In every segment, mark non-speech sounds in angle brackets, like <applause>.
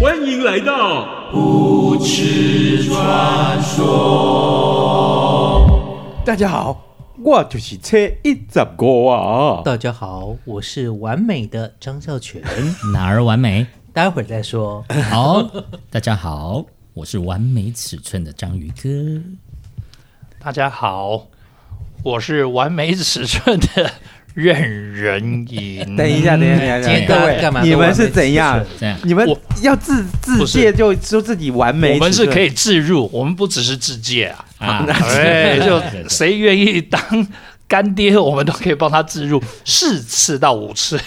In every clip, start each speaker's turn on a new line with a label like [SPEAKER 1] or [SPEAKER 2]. [SPEAKER 1] 欢迎来到
[SPEAKER 2] 大家好，我就是车一十五啊。
[SPEAKER 3] 大家好，我是完美的张孝全，
[SPEAKER 4] 哪儿完美？
[SPEAKER 3] 待会儿再说。
[SPEAKER 4] 好，大家好，我是完美尺寸的章鱼哥。
[SPEAKER 5] 大家好，我是完美尺寸的任人
[SPEAKER 2] <laughs>
[SPEAKER 5] 银。
[SPEAKER 2] 等一下，
[SPEAKER 5] 嗯
[SPEAKER 2] 等一下，等一下，等
[SPEAKER 3] 今
[SPEAKER 2] 一
[SPEAKER 3] 天
[SPEAKER 2] 下
[SPEAKER 3] 大
[SPEAKER 2] 各
[SPEAKER 3] 家干嘛
[SPEAKER 2] 位，
[SPEAKER 3] 都
[SPEAKER 2] 你们是怎样
[SPEAKER 3] 完美尺？
[SPEAKER 4] 这样，
[SPEAKER 2] 你们
[SPEAKER 5] 我
[SPEAKER 2] 要自自
[SPEAKER 5] 不是
[SPEAKER 2] 介就说自己完美，
[SPEAKER 5] 我们是可以自入，我们不只是自介
[SPEAKER 2] <laughs>
[SPEAKER 5] 啊，
[SPEAKER 4] <laughs> 啊
[SPEAKER 5] 哎，
[SPEAKER 4] 是
[SPEAKER 5] 就是谁愿意当干爹，我们都可以帮他自入四次到五次。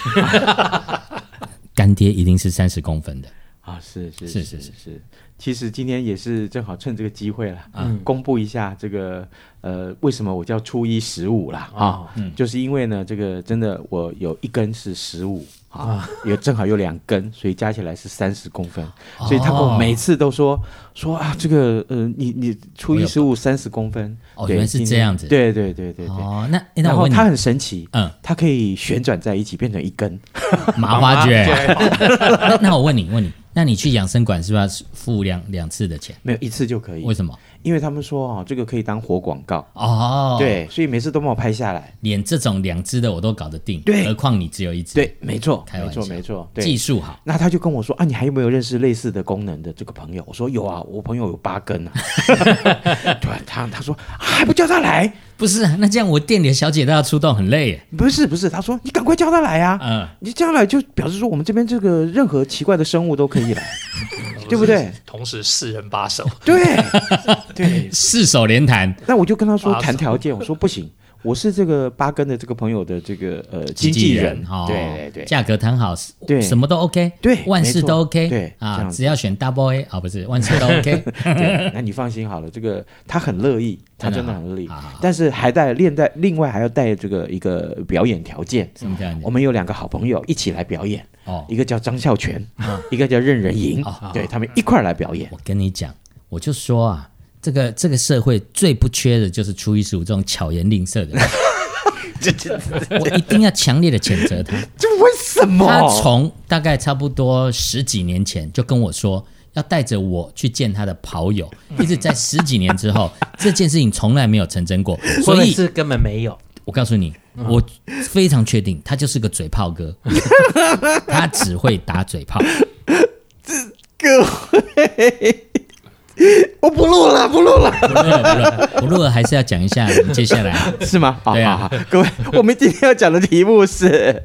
[SPEAKER 4] 干爹一定是三十公分的，
[SPEAKER 2] 啊，是是
[SPEAKER 4] 是是
[SPEAKER 2] 是是。其实今天也是正好趁这个机会啦，
[SPEAKER 4] 嗯
[SPEAKER 2] 公布一下这个呃，为什么我叫初一十五啦啊？
[SPEAKER 4] 嗯
[SPEAKER 2] 就是因为呢，这个真的我有一根是十五啊，有正好有两根，所以加起来是三十公分，
[SPEAKER 4] 哦
[SPEAKER 2] 所以他跟我每次都说说啊，这个呃，你你初
[SPEAKER 4] 我
[SPEAKER 2] 一
[SPEAKER 4] 有
[SPEAKER 2] 十五三十公分，
[SPEAKER 4] 哦
[SPEAKER 2] 对
[SPEAKER 4] 原来是
[SPEAKER 2] 今
[SPEAKER 4] 这
[SPEAKER 2] 天
[SPEAKER 4] 样子
[SPEAKER 2] 对对对对对。
[SPEAKER 4] 哦，那诶那
[SPEAKER 2] 然
[SPEAKER 4] 我
[SPEAKER 2] 后
[SPEAKER 4] 问你
[SPEAKER 2] 它，很神奇，
[SPEAKER 4] 嗯，
[SPEAKER 2] 它可以旋转在一起变成一根，
[SPEAKER 4] 麻花
[SPEAKER 5] <laughs>
[SPEAKER 4] 卷。
[SPEAKER 2] 啊
[SPEAKER 4] 那那我问你，问你，那你去养生馆是不是要付两两次的钱？
[SPEAKER 2] 没有一次就可以
[SPEAKER 4] 为。什么？
[SPEAKER 2] 因为他们说哦，这个可以当活广告，
[SPEAKER 4] 哦，，
[SPEAKER 2] 对，所以每次都帮我拍下来。
[SPEAKER 4] 连这种两只的我都搞得定，
[SPEAKER 2] 对
[SPEAKER 4] 何况你只有一只，，
[SPEAKER 2] 对，没错，
[SPEAKER 4] 开
[SPEAKER 2] 没
[SPEAKER 4] 玩笑
[SPEAKER 2] 错，没错，
[SPEAKER 4] 技
[SPEAKER 2] 对。
[SPEAKER 4] 术好，
[SPEAKER 2] 那他就跟我说啊，你还有没有认识类似的功能的这个朋友？我说有啊，我朋友有八
[SPEAKER 4] <laughs>
[SPEAKER 2] 根啊。对啊，他他说、啊、还不叫他来？
[SPEAKER 4] 不是啊？那这样我店里的小姐都要出动，很累耶。
[SPEAKER 2] 不是不是，他说你赶快叫他来啊！
[SPEAKER 4] 嗯，
[SPEAKER 2] 你叫他来就表示说我们这边这个任何奇怪的生物都可以
[SPEAKER 4] <laughs>
[SPEAKER 2] 来，对不对？
[SPEAKER 5] 同时四人把手，
[SPEAKER 2] 对对。
[SPEAKER 4] 四手连弹，
[SPEAKER 2] 那我就跟他说
[SPEAKER 5] 八
[SPEAKER 2] 谈
[SPEAKER 5] 手
[SPEAKER 2] 条件，我说不
[SPEAKER 4] <laughs>
[SPEAKER 2] 行，我是这个八根的这个朋友的这个呃
[SPEAKER 4] 经
[SPEAKER 2] 经纪人，
[SPEAKER 4] 哦，<laughs>
[SPEAKER 2] 对对对，
[SPEAKER 4] 价格谈好，
[SPEAKER 2] 对
[SPEAKER 4] 什么都 OK，
[SPEAKER 2] 对
[SPEAKER 4] 万事都
[SPEAKER 2] 没错
[SPEAKER 4] OK，
[SPEAKER 2] 对这
[SPEAKER 4] 啊，
[SPEAKER 2] 样子
[SPEAKER 4] 只要选 Double A 啊，不是万事都
[SPEAKER 2] <laughs>
[SPEAKER 4] OK，
[SPEAKER 2] 对那你放心好了，这个他很乐意，他
[SPEAKER 4] 真
[SPEAKER 2] 真
[SPEAKER 4] 的
[SPEAKER 2] 的
[SPEAKER 4] 啊
[SPEAKER 2] 很乐意
[SPEAKER 4] 好好好，
[SPEAKER 2] 但是还带练带另外还要带这个一个表演条件。
[SPEAKER 4] 什么这样子
[SPEAKER 2] 我？们有两个好朋友一起来表演，
[SPEAKER 4] 哦，啊
[SPEAKER 2] 一个叫张孝全，一个叫任人盈
[SPEAKER 4] 哦哦，
[SPEAKER 2] 对他们一块儿来表演。
[SPEAKER 4] 我跟你讲，我就说啊，这个这个社会最不缺的就是初一十五这种巧言令色
[SPEAKER 2] <laughs>
[SPEAKER 4] 的人。我一定要强烈的谴责他。
[SPEAKER 2] 这为什么？
[SPEAKER 4] 他从大概差不多十几年前就跟我说，要带着我去见他的跑友，一直在十几年之后，这件事情从来没有成真过。
[SPEAKER 3] <laughs> 所
[SPEAKER 4] 所
[SPEAKER 3] 以
[SPEAKER 4] 以，
[SPEAKER 3] 是根本没有。
[SPEAKER 4] 我告诉你，我非常确定他就是个嘴
[SPEAKER 3] <laughs>
[SPEAKER 4] 炮哥，他只会打嘴炮。
[SPEAKER 2] 我不录了，不录了，
[SPEAKER 4] 不录了，不录了，不录了，还是要讲一下我们接下来。
[SPEAKER 2] 是吗？好
[SPEAKER 4] 对啊
[SPEAKER 2] 好好，各位，我们今天要讲的题目是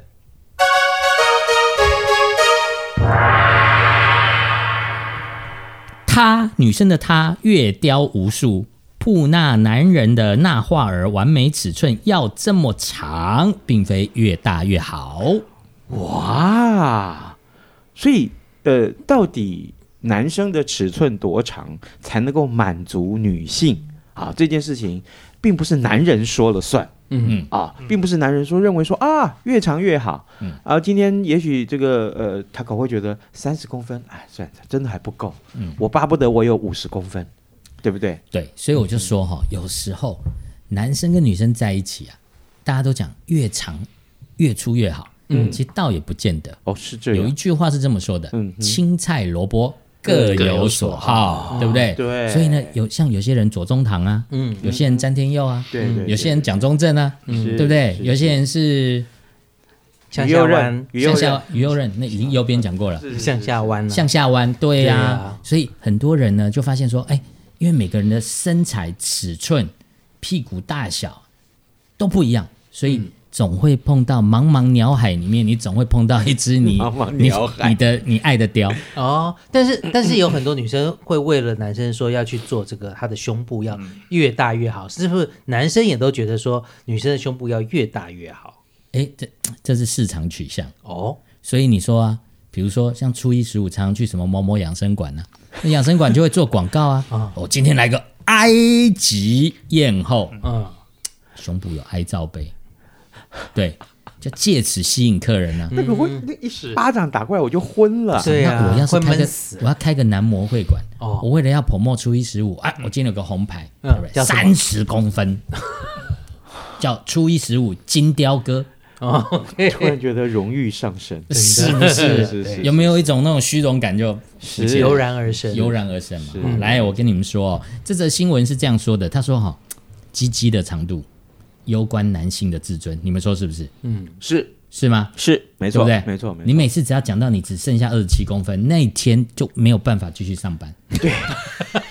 [SPEAKER 4] 她女生的她越雕无数，普纳男人的那画儿完美尺寸要这么长，并非越大越好。
[SPEAKER 2] 哇，所以呃，到底男生的尺寸多长才能够满足女性啊？这件事情并不是男人说了算。
[SPEAKER 4] 嗯
[SPEAKER 2] 啊，并不是男人说认为说啊越长越好，嗯，然后今天也许这个呃，他可能会觉得三十公分，哎，算了，真的还不够，嗯，我巴不得我有五十公分，对不对？
[SPEAKER 4] 对，所以我就
[SPEAKER 2] 嗯
[SPEAKER 4] 说哈、有时候男生跟女生在一起啊，大家都讲越长越粗越好，嗯，其实倒也不见得。
[SPEAKER 2] 哦，是这
[SPEAKER 4] 有一
[SPEAKER 2] 样，
[SPEAKER 4] 句话是这么说的：
[SPEAKER 2] 嗯哼
[SPEAKER 4] 青菜萝卜各有所好，对不对？
[SPEAKER 2] 哦对
[SPEAKER 4] 所以呢，有像有些人左宗棠啊，嗯，有些人詹天佑啊，
[SPEAKER 2] 对对，
[SPEAKER 4] 有些人蒋中正啊，
[SPEAKER 2] 对
[SPEAKER 4] 对不对？有些人是
[SPEAKER 3] 向
[SPEAKER 2] 鱼
[SPEAKER 3] 下
[SPEAKER 2] 右任
[SPEAKER 3] 弯，，
[SPEAKER 2] 鱼右
[SPEAKER 4] 向
[SPEAKER 2] 任
[SPEAKER 4] 下鱼右任，那已经右边讲过了，
[SPEAKER 3] 向下弯了、
[SPEAKER 4] 向下弯，对呀、
[SPEAKER 3] 对啊
[SPEAKER 4] 所以很多人呢就发现说，哎，因为每个人
[SPEAKER 2] 嗯
[SPEAKER 4] 的身材尺寸、屁股大小都不一样，所以总会碰到茫茫鸟海里面，你总会碰到一只你
[SPEAKER 2] 茫茫鸟海
[SPEAKER 4] 你你的你爱的雕。
[SPEAKER 6] 哦，但是但是有很多女生会为了男生说要去做这个，她的胸部要越大越好，是不是？男生也都觉得说女生的胸部要越大越好
[SPEAKER 4] 哎，这这是市场取向，
[SPEAKER 6] 哦。
[SPEAKER 4] 所以你说啊，比如说像初一十五常常去什么某某养生馆啊，那养生馆就会做广告啊。我、哦、今天来个埃及艳后，
[SPEAKER 6] 嗯，
[SPEAKER 4] 胸部有埃罩杯，对，就借此吸引客人啊。
[SPEAKER 2] 那个我
[SPEAKER 3] 嗯
[SPEAKER 2] 那一巴掌打过来我就昏了。
[SPEAKER 6] 对啊，
[SPEAKER 4] 那我要是
[SPEAKER 6] 会
[SPEAKER 4] 开
[SPEAKER 6] 闷
[SPEAKER 4] 个
[SPEAKER 6] 死，
[SPEAKER 4] 我要开个男模会馆，
[SPEAKER 6] 哦
[SPEAKER 4] 我为了要 promo 初一十五，哎、我今天有个红牌，
[SPEAKER 6] 嗯叫什么
[SPEAKER 4] 三十公
[SPEAKER 6] <laughs>
[SPEAKER 4] 分，叫初一十五金雕哥，
[SPEAKER 6] 哦。
[SPEAKER 2] 突
[SPEAKER 4] 哎
[SPEAKER 2] 然觉得荣誉上升，
[SPEAKER 4] 是不
[SPEAKER 2] 是
[SPEAKER 4] 是？
[SPEAKER 2] 是是，
[SPEAKER 4] 有没有一种那种虚荣感就
[SPEAKER 2] 是
[SPEAKER 6] 油然而生，
[SPEAKER 4] 油然而生嘛。
[SPEAKER 2] 是
[SPEAKER 4] 哦来，我跟你们说、哦，这则新闻是这样说的，他说哈、鸡鸡的长度攸关男性的自尊，你们说是不是？
[SPEAKER 2] 是
[SPEAKER 4] 是吗？
[SPEAKER 2] 是没
[SPEAKER 4] 对不
[SPEAKER 2] 错
[SPEAKER 4] 对？
[SPEAKER 2] 没错没
[SPEAKER 4] 你
[SPEAKER 2] 错，
[SPEAKER 4] 每次只要讲到你只剩下二十七公分，那一天就没有办法继续
[SPEAKER 2] <laughs>
[SPEAKER 4] 上班。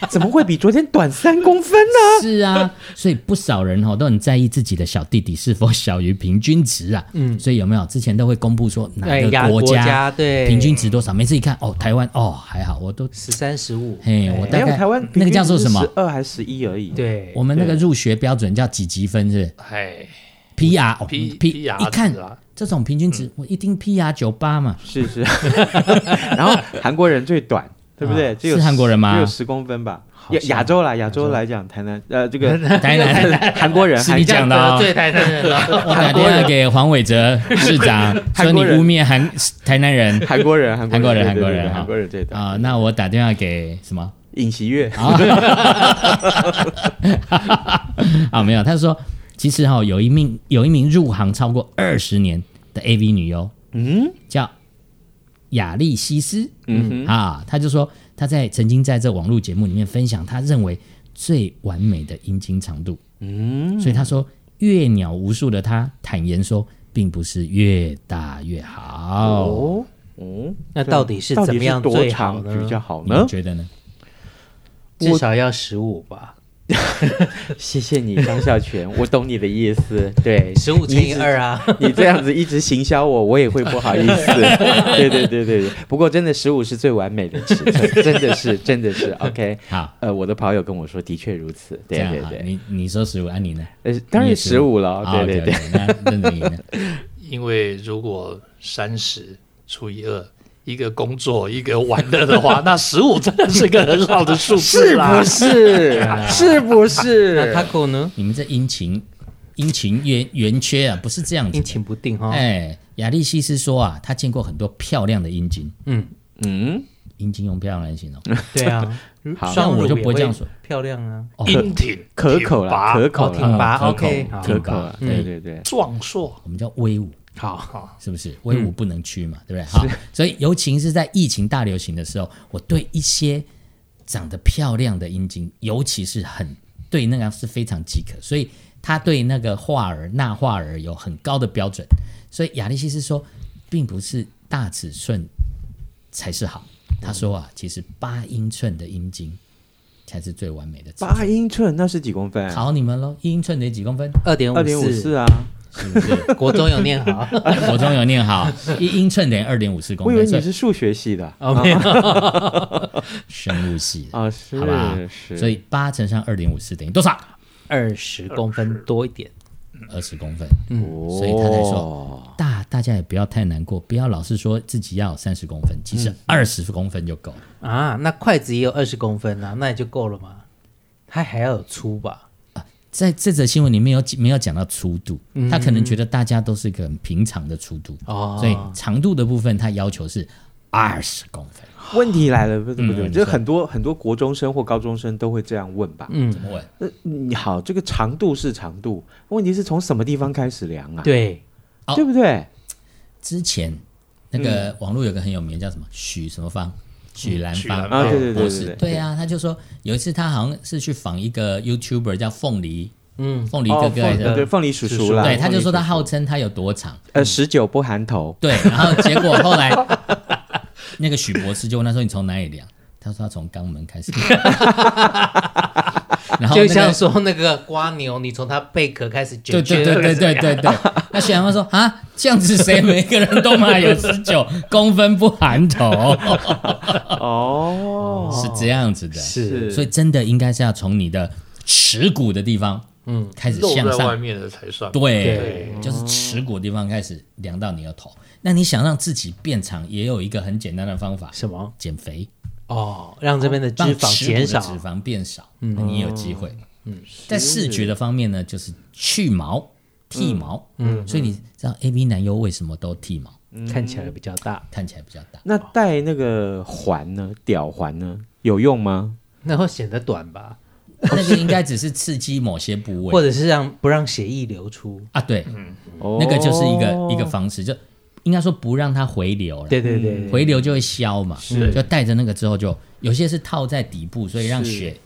[SPEAKER 2] 怎么会比昨天短三公分呢？
[SPEAKER 4] 是啊，所以不少人哦哈、都很在意自己的小弟弟是否小于平均值啊。嗯，所以有没有之前都会公布说哪
[SPEAKER 6] 哎呀
[SPEAKER 4] 个国
[SPEAKER 6] 国家
[SPEAKER 2] 哎
[SPEAKER 6] 对
[SPEAKER 4] 平均值多少？每次一看哦，台湾哦还好，我都
[SPEAKER 6] 十三十五，
[SPEAKER 4] 嘿，我
[SPEAKER 2] 没
[SPEAKER 4] 大
[SPEAKER 2] 有
[SPEAKER 4] 概
[SPEAKER 2] 台湾
[SPEAKER 4] 那个叫做什么
[SPEAKER 2] 十？二还是十一而已。，
[SPEAKER 6] 对，
[SPEAKER 4] 我们那个入学标准叫几级分是
[SPEAKER 5] 哎，
[SPEAKER 4] 不是 PR 哦
[SPEAKER 5] P-
[SPEAKER 4] P
[SPEAKER 5] PR
[SPEAKER 4] 一看
[SPEAKER 5] 值啊
[SPEAKER 4] 这种平均值，我一定 PR 九八嘛。
[SPEAKER 2] 是是。 <laughs> 然后韩国人最短，对不对？只有
[SPEAKER 4] 啊是韩国人吗
[SPEAKER 2] 只有十公分吧。亚亚洲啦，亚洲来讲，台南呃，这个
[SPEAKER 4] <laughs> 台南
[SPEAKER 2] <laughs> 韩国人
[SPEAKER 4] 是你
[SPEAKER 2] 韩
[SPEAKER 4] 讲的哦，
[SPEAKER 6] 对台南人啊，
[SPEAKER 4] 我打电话给黄伟哲市长，说
[SPEAKER 2] <laughs> 韩
[SPEAKER 4] 你
[SPEAKER 2] 国人
[SPEAKER 4] 污蔑韩台南人
[SPEAKER 2] 韩国人，韩
[SPEAKER 4] 韩国人
[SPEAKER 2] 对对对
[SPEAKER 4] 韩国人
[SPEAKER 2] 对
[SPEAKER 4] 哈
[SPEAKER 2] 韩国人最短。
[SPEAKER 4] 啊。哦那我打电话给什么？
[SPEAKER 2] 尹
[SPEAKER 4] <laughs>
[SPEAKER 2] 锡悦，
[SPEAKER 4] 啊，没有，他说其实哈、有一名有一名入行超过二十年的 AV 女优，
[SPEAKER 2] 嗯
[SPEAKER 4] 叫雅丽西斯，
[SPEAKER 2] 嗯哼，
[SPEAKER 4] 啊，他就说他在曾经在这网络节目里面分享他认为最完美的阴茎长度，
[SPEAKER 2] 嗯，
[SPEAKER 4] 所以他说阅鸟无数的他坦言说，并不是越大越好。
[SPEAKER 2] <laughs> 哦哦，
[SPEAKER 6] 那到底是
[SPEAKER 2] 到
[SPEAKER 6] 怎么样
[SPEAKER 2] 多
[SPEAKER 6] 最
[SPEAKER 2] 长
[SPEAKER 6] 好
[SPEAKER 2] 比较
[SPEAKER 6] 呢？
[SPEAKER 2] 好
[SPEAKER 4] 你们
[SPEAKER 2] 呢？
[SPEAKER 4] 觉得呢？
[SPEAKER 6] 至少要十五吧，
[SPEAKER 2] 谢谢你，张孝全，我懂你的意思。对，
[SPEAKER 6] 十五乘以二啊，
[SPEAKER 4] <laughs>
[SPEAKER 2] 你这样子一直行销我，我也会不好意思。对对对对对，不过真的十五是最完美的尺寸，真的是真
[SPEAKER 4] <laughs>
[SPEAKER 2] 的是 OK。
[SPEAKER 4] 好，
[SPEAKER 2] 呃，我的跑友跟我说，的确如此。
[SPEAKER 4] 这
[SPEAKER 2] 对
[SPEAKER 4] 样
[SPEAKER 2] 对
[SPEAKER 4] 哈，
[SPEAKER 2] 对，
[SPEAKER 4] 你你说十五，啊，你呢？
[SPEAKER 2] 呃，当然十五了，
[SPEAKER 4] 啊
[SPEAKER 2] 对对对，
[SPEAKER 4] OK，OK，那认真你呢？
[SPEAKER 5] <laughs> 因为如果三十除以二，一个工作一个玩乐的话，那十五真的是个很好的数字
[SPEAKER 2] 是
[SPEAKER 5] 啦
[SPEAKER 2] 不。 <laughs> 是？
[SPEAKER 4] <laughs>
[SPEAKER 2] 是不是
[SPEAKER 6] <laughs> 那？他够呢？
[SPEAKER 4] 你们这阴晴阴晴圆圆缺啊，不是这样子
[SPEAKER 6] 阴
[SPEAKER 4] 的。
[SPEAKER 6] 晴不定哈。
[SPEAKER 4] 哎，亚历西斯说啊，他见过很多漂亮的阴茎，
[SPEAKER 2] 嗯，
[SPEAKER 4] 阴茎用漂亮来形容。
[SPEAKER 6] 对啊，
[SPEAKER 2] 好
[SPEAKER 6] 双乳
[SPEAKER 4] 那我就不会这样
[SPEAKER 6] 也
[SPEAKER 4] 说，
[SPEAKER 6] 漂亮啊，
[SPEAKER 5] 硬挺
[SPEAKER 2] 哦可口啦，可
[SPEAKER 5] 了，
[SPEAKER 2] 口
[SPEAKER 6] <laughs> 挺
[SPEAKER 2] 啦，
[SPEAKER 6] 拔
[SPEAKER 4] 可口
[SPEAKER 6] OK，
[SPEAKER 4] 挺
[SPEAKER 6] 好啊
[SPEAKER 2] 可
[SPEAKER 4] 哦挺
[SPEAKER 2] 口
[SPEAKER 4] 拔嗯
[SPEAKER 2] 啦，，对
[SPEAKER 6] 嗯
[SPEAKER 2] 对对，
[SPEAKER 5] 壮硕，
[SPEAKER 4] 我们叫威武。
[SPEAKER 6] 好，
[SPEAKER 4] 是不是威
[SPEAKER 2] 嗯
[SPEAKER 4] 武不能屈嘛，对不对？哈，所以尤其是在疫情大流行的时候，我对一些长得漂亮的阴茎，尤其是很对那个是非常饥渴，所以他对那个画儿纳画儿有很高的标准。所以亚历西斯说，并不是大尺寸才是好，他说啊，其实八英寸的阴茎才是最完美的尺寸。
[SPEAKER 2] 八英寸那是几公分？
[SPEAKER 4] 考你们喽，一英寸得几公分？
[SPEAKER 6] <laughs> 二点
[SPEAKER 2] 二点五四
[SPEAKER 6] 四，
[SPEAKER 2] 啊。
[SPEAKER 4] 是不是？ <laughs>
[SPEAKER 6] 国中有念 <laughs> 好
[SPEAKER 4] 国中有念好，一英寸等于二点五四公
[SPEAKER 2] 我以
[SPEAKER 4] 分。
[SPEAKER 2] 为
[SPEAKER 4] 所
[SPEAKER 2] 你
[SPEAKER 4] 以
[SPEAKER 2] 是数学系的
[SPEAKER 6] 哦，没有，
[SPEAKER 4] 生物系的，
[SPEAKER 2] 啊，是
[SPEAKER 4] 好吧
[SPEAKER 2] 是，
[SPEAKER 4] 所以八乘上二点五四等于多少？
[SPEAKER 6] <laughs> 二十公分多一点，
[SPEAKER 4] 二十公分。
[SPEAKER 2] 所
[SPEAKER 4] 所以他才说大大家也不要太难过，不要老是说自己要有三十公分，其
[SPEAKER 2] 嗯
[SPEAKER 4] 实二十公分就够了。
[SPEAKER 6] 啊，那筷子也有二十公分啊，那也就够了吗？它还要有粗吧？
[SPEAKER 4] 在这则新闻里面有没有讲到粗度？
[SPEAKER 2] 嗯
[SPEAKER 4] 他可能觉得大家都是个很平常的粗度，
[SPEAKER 6] 哦
[SPEAKER 4] 所以长度的部分他要求是二十公分。
[SPEAKER 2] 问题来了，不对不对，
[SPEAKER 4] 嗯
[SPEAKER 2] 这很多很多国中生或高中生都会这样问吧？
[SPEAKER 6] 嗯
[SPEAKER 4] 怎，么问？
[SPEAKER 2] 呃，你好，这个长度是长度，问题是从什么地方开始量啊？，
[SPEAKER 6] 对，
[SPEAKER 4] 好
[SPEAKER 2] 对不对？
[SPEAKER 4] 之前那
[SPEAKER 2] 嗯
[SPEAKER 4] 个网络有个很有名的叫什么许什么芳。许兰
[SPEAKER 5] 许
[SPEAKER 4] 芳哦
[SPEAKER 5] 兰
[SPEAKER 2] 啊，对对对
[SPEAKER 4] 博
[SPEAKER 2] 对
[SPEAKER 4] 士
[SPEAKER 2] 对，，
[SPEAKER 4] 对啊，他就说有一次他好像是去访一个 YouTuber 叫凤梨，
[SPEAKER 6] 嗯，
[SPEAKER 4] 凤梨哥哥还
[SPEAKER 2] 哦
[SPEAKER 4] 是
[SPEAKER 2] 凤对凤梨叔叔啦，
[SPEAKER 4] 对，他就说他
[SPEAKER 2] 凤梨叔叔
[SPEAKER 4] 号称他有多长，
[SPEAKER 2] 呃十九不含头，
[SPEAKER 4] 对，然后结果后来那个许博士就问他说：“你从哪里量？”他说：“他从肛门开始。”然后
[SPEAKER 6] 就
[SPEAKER 4] 那个
[SPEAKER 6] 像说那个瓜牛，你从它贝壳开始
[SPEAKER 4] 对
[SPEAKER 6] 卷
[SPEAKER 4] 对
[SPEAKER 6] 卷，
[SPEAKER 4] 对对对对对。那许阳芳说啊，这样子谁每个人都买有十九公分不含头，
[SPEAKER 2] 哦，
[SPEAKER 4] 是这样子的。
[SPEAKER 2] 是
[SPEAKER 4] 所以真的应该是要从你的耻骨的地方，嗯，开始
[SPEAKER 5] 露
[SPEAKER 4] 向
[SPEAKER 5] 在外
[SPEAKER 4] 上，
[SPEAKER 5] 面的才算。
[SPEAKER 4] 对，就是耻骨的地方开始量到你的头。那你想让自己变长，也有一个很简单的方法，
[SPEAKER 6] <laughs> 什么？
[SPEAKER 4] 减肥，
[SPEAKER 6] 哦，让这边的脂
[SPEAKER 4] 让
[SPEAKER 6] 肪
[SPEAKER 4] 耻骨的
[SPEAKER 6] 减少。嗯
[SPEAKER 4] 脂肪变少，那你也有机会。在视觉的方面呢，就是去毛、剃毛，嗯，所以你知道 A B 男优为什么都剃毛，
[SPEAKER 6] 看起来比较大，
[SPEAKER 4] 看起来比较大。
[SPEAKER 2] 那戴那个环呢？吊环呢？有用吗？
[SPEAKER 6] 那会显得短吧？
[SPEAKER 4] 那个应该只是刺激某些部位，
[SPEAKER 6] 哦或者是让不让血液流出？
[SPEAKER 4] 啊，对，
[SPEAKER 2] 哦
[SPEAKER 4] 那个就是一个、一个方式，就应该说不让它回流了，
[SPEAKER 6] 对对对，对
[SPEAKER 4] 回流就会消嘛，就带着那个之后就有些是套在底部，所以让血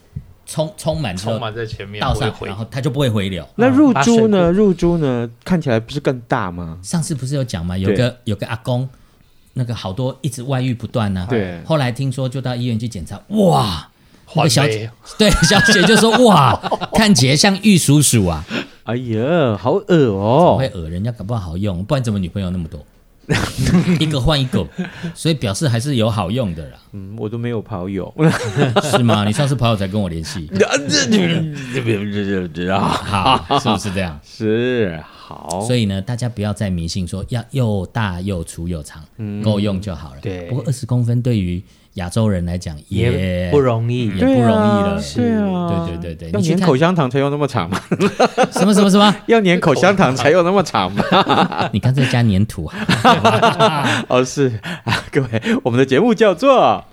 [SPEAKER 4] 充充满之后
[SPEAKER 5] 充满在前面，
[SPEAKER 4] 倒
[SPEAKER 5] 不会
[SPEAKER 4] 上，
[SPEAKER 5] 回
[SPEAKER 4] 然后它就不会回流。
[SPEAKER 2] 那入珠
[SPEAKER 6] 把
[SPEAKER 2] 呢？入珠呢？看起来不是更大吗？
[SPEAKER 4] 上次不是有讲嘛，有个有个阿公，那个好多一直外遇不断呐、
[SPEAKER 2] 对
[SPEAKER 4] 后来听说就到医院去检查，哇，那
[SPEAKER 5] 环
[SPEAKER 4] 个小
[SPEAKER 5] 眉
[SPEAKER 4] 姐对小姐就说
[SPEAKER 5] <laughs>
[SPEAKER 4] 哇，看起来像玉鼠鼠啊，
[SPEAKER 2] 哎呀，好恶
[SPEAKER 4] 不
[SPEAKER 2] 哦
[SPEAKER 4] 会！讹人家搞不好好用，不然怎么女朋友那么多？一个换一个，所以表示还是有好用的啦，
[SPEAKER 2] 嗯，我都没有跑友。
[SPEAKER 4] 是吗？你上次朋友才跟我联
[SPEAKER 5] <laughs>
[SPEAKER 4] 系，好，是不是这样？
[SPEAKER 2] <laughs> 是好，
[SPEAKER 6] 哦
[SPEAKER 4] 所以呢，大家不要再迷信说要又大又粗又长，够用就好了。
[SPEAKER 6] 嗯对
[SPEAKER 4] 不过二十公分对于亚洲人来讲
[SPEAKER 6] 也
[SPEAKER 4] 也
[SPEAKER 6] 不容易。
[SPEAKER 4] 也不容易了。
[SPEAKER 2] 对啊，
[SPEAKER 4] 对对对对，
[SPEAKER 2] 要
[SPEAKER 4] 你去
[SPEAKER 2] 粘
[SPEAKER 4] 看
[SPEAKER 2] 口香糖才用那么长吗？
[SPEAKER 4] 什么什么什么？
[SPEAKER 2] 要粘口香糖才用那么长吗？
[SPEAKER 4] 你干脆加粘土啊！
[SPEAKER 2] 哦，是啊，各位，我们的节目叫做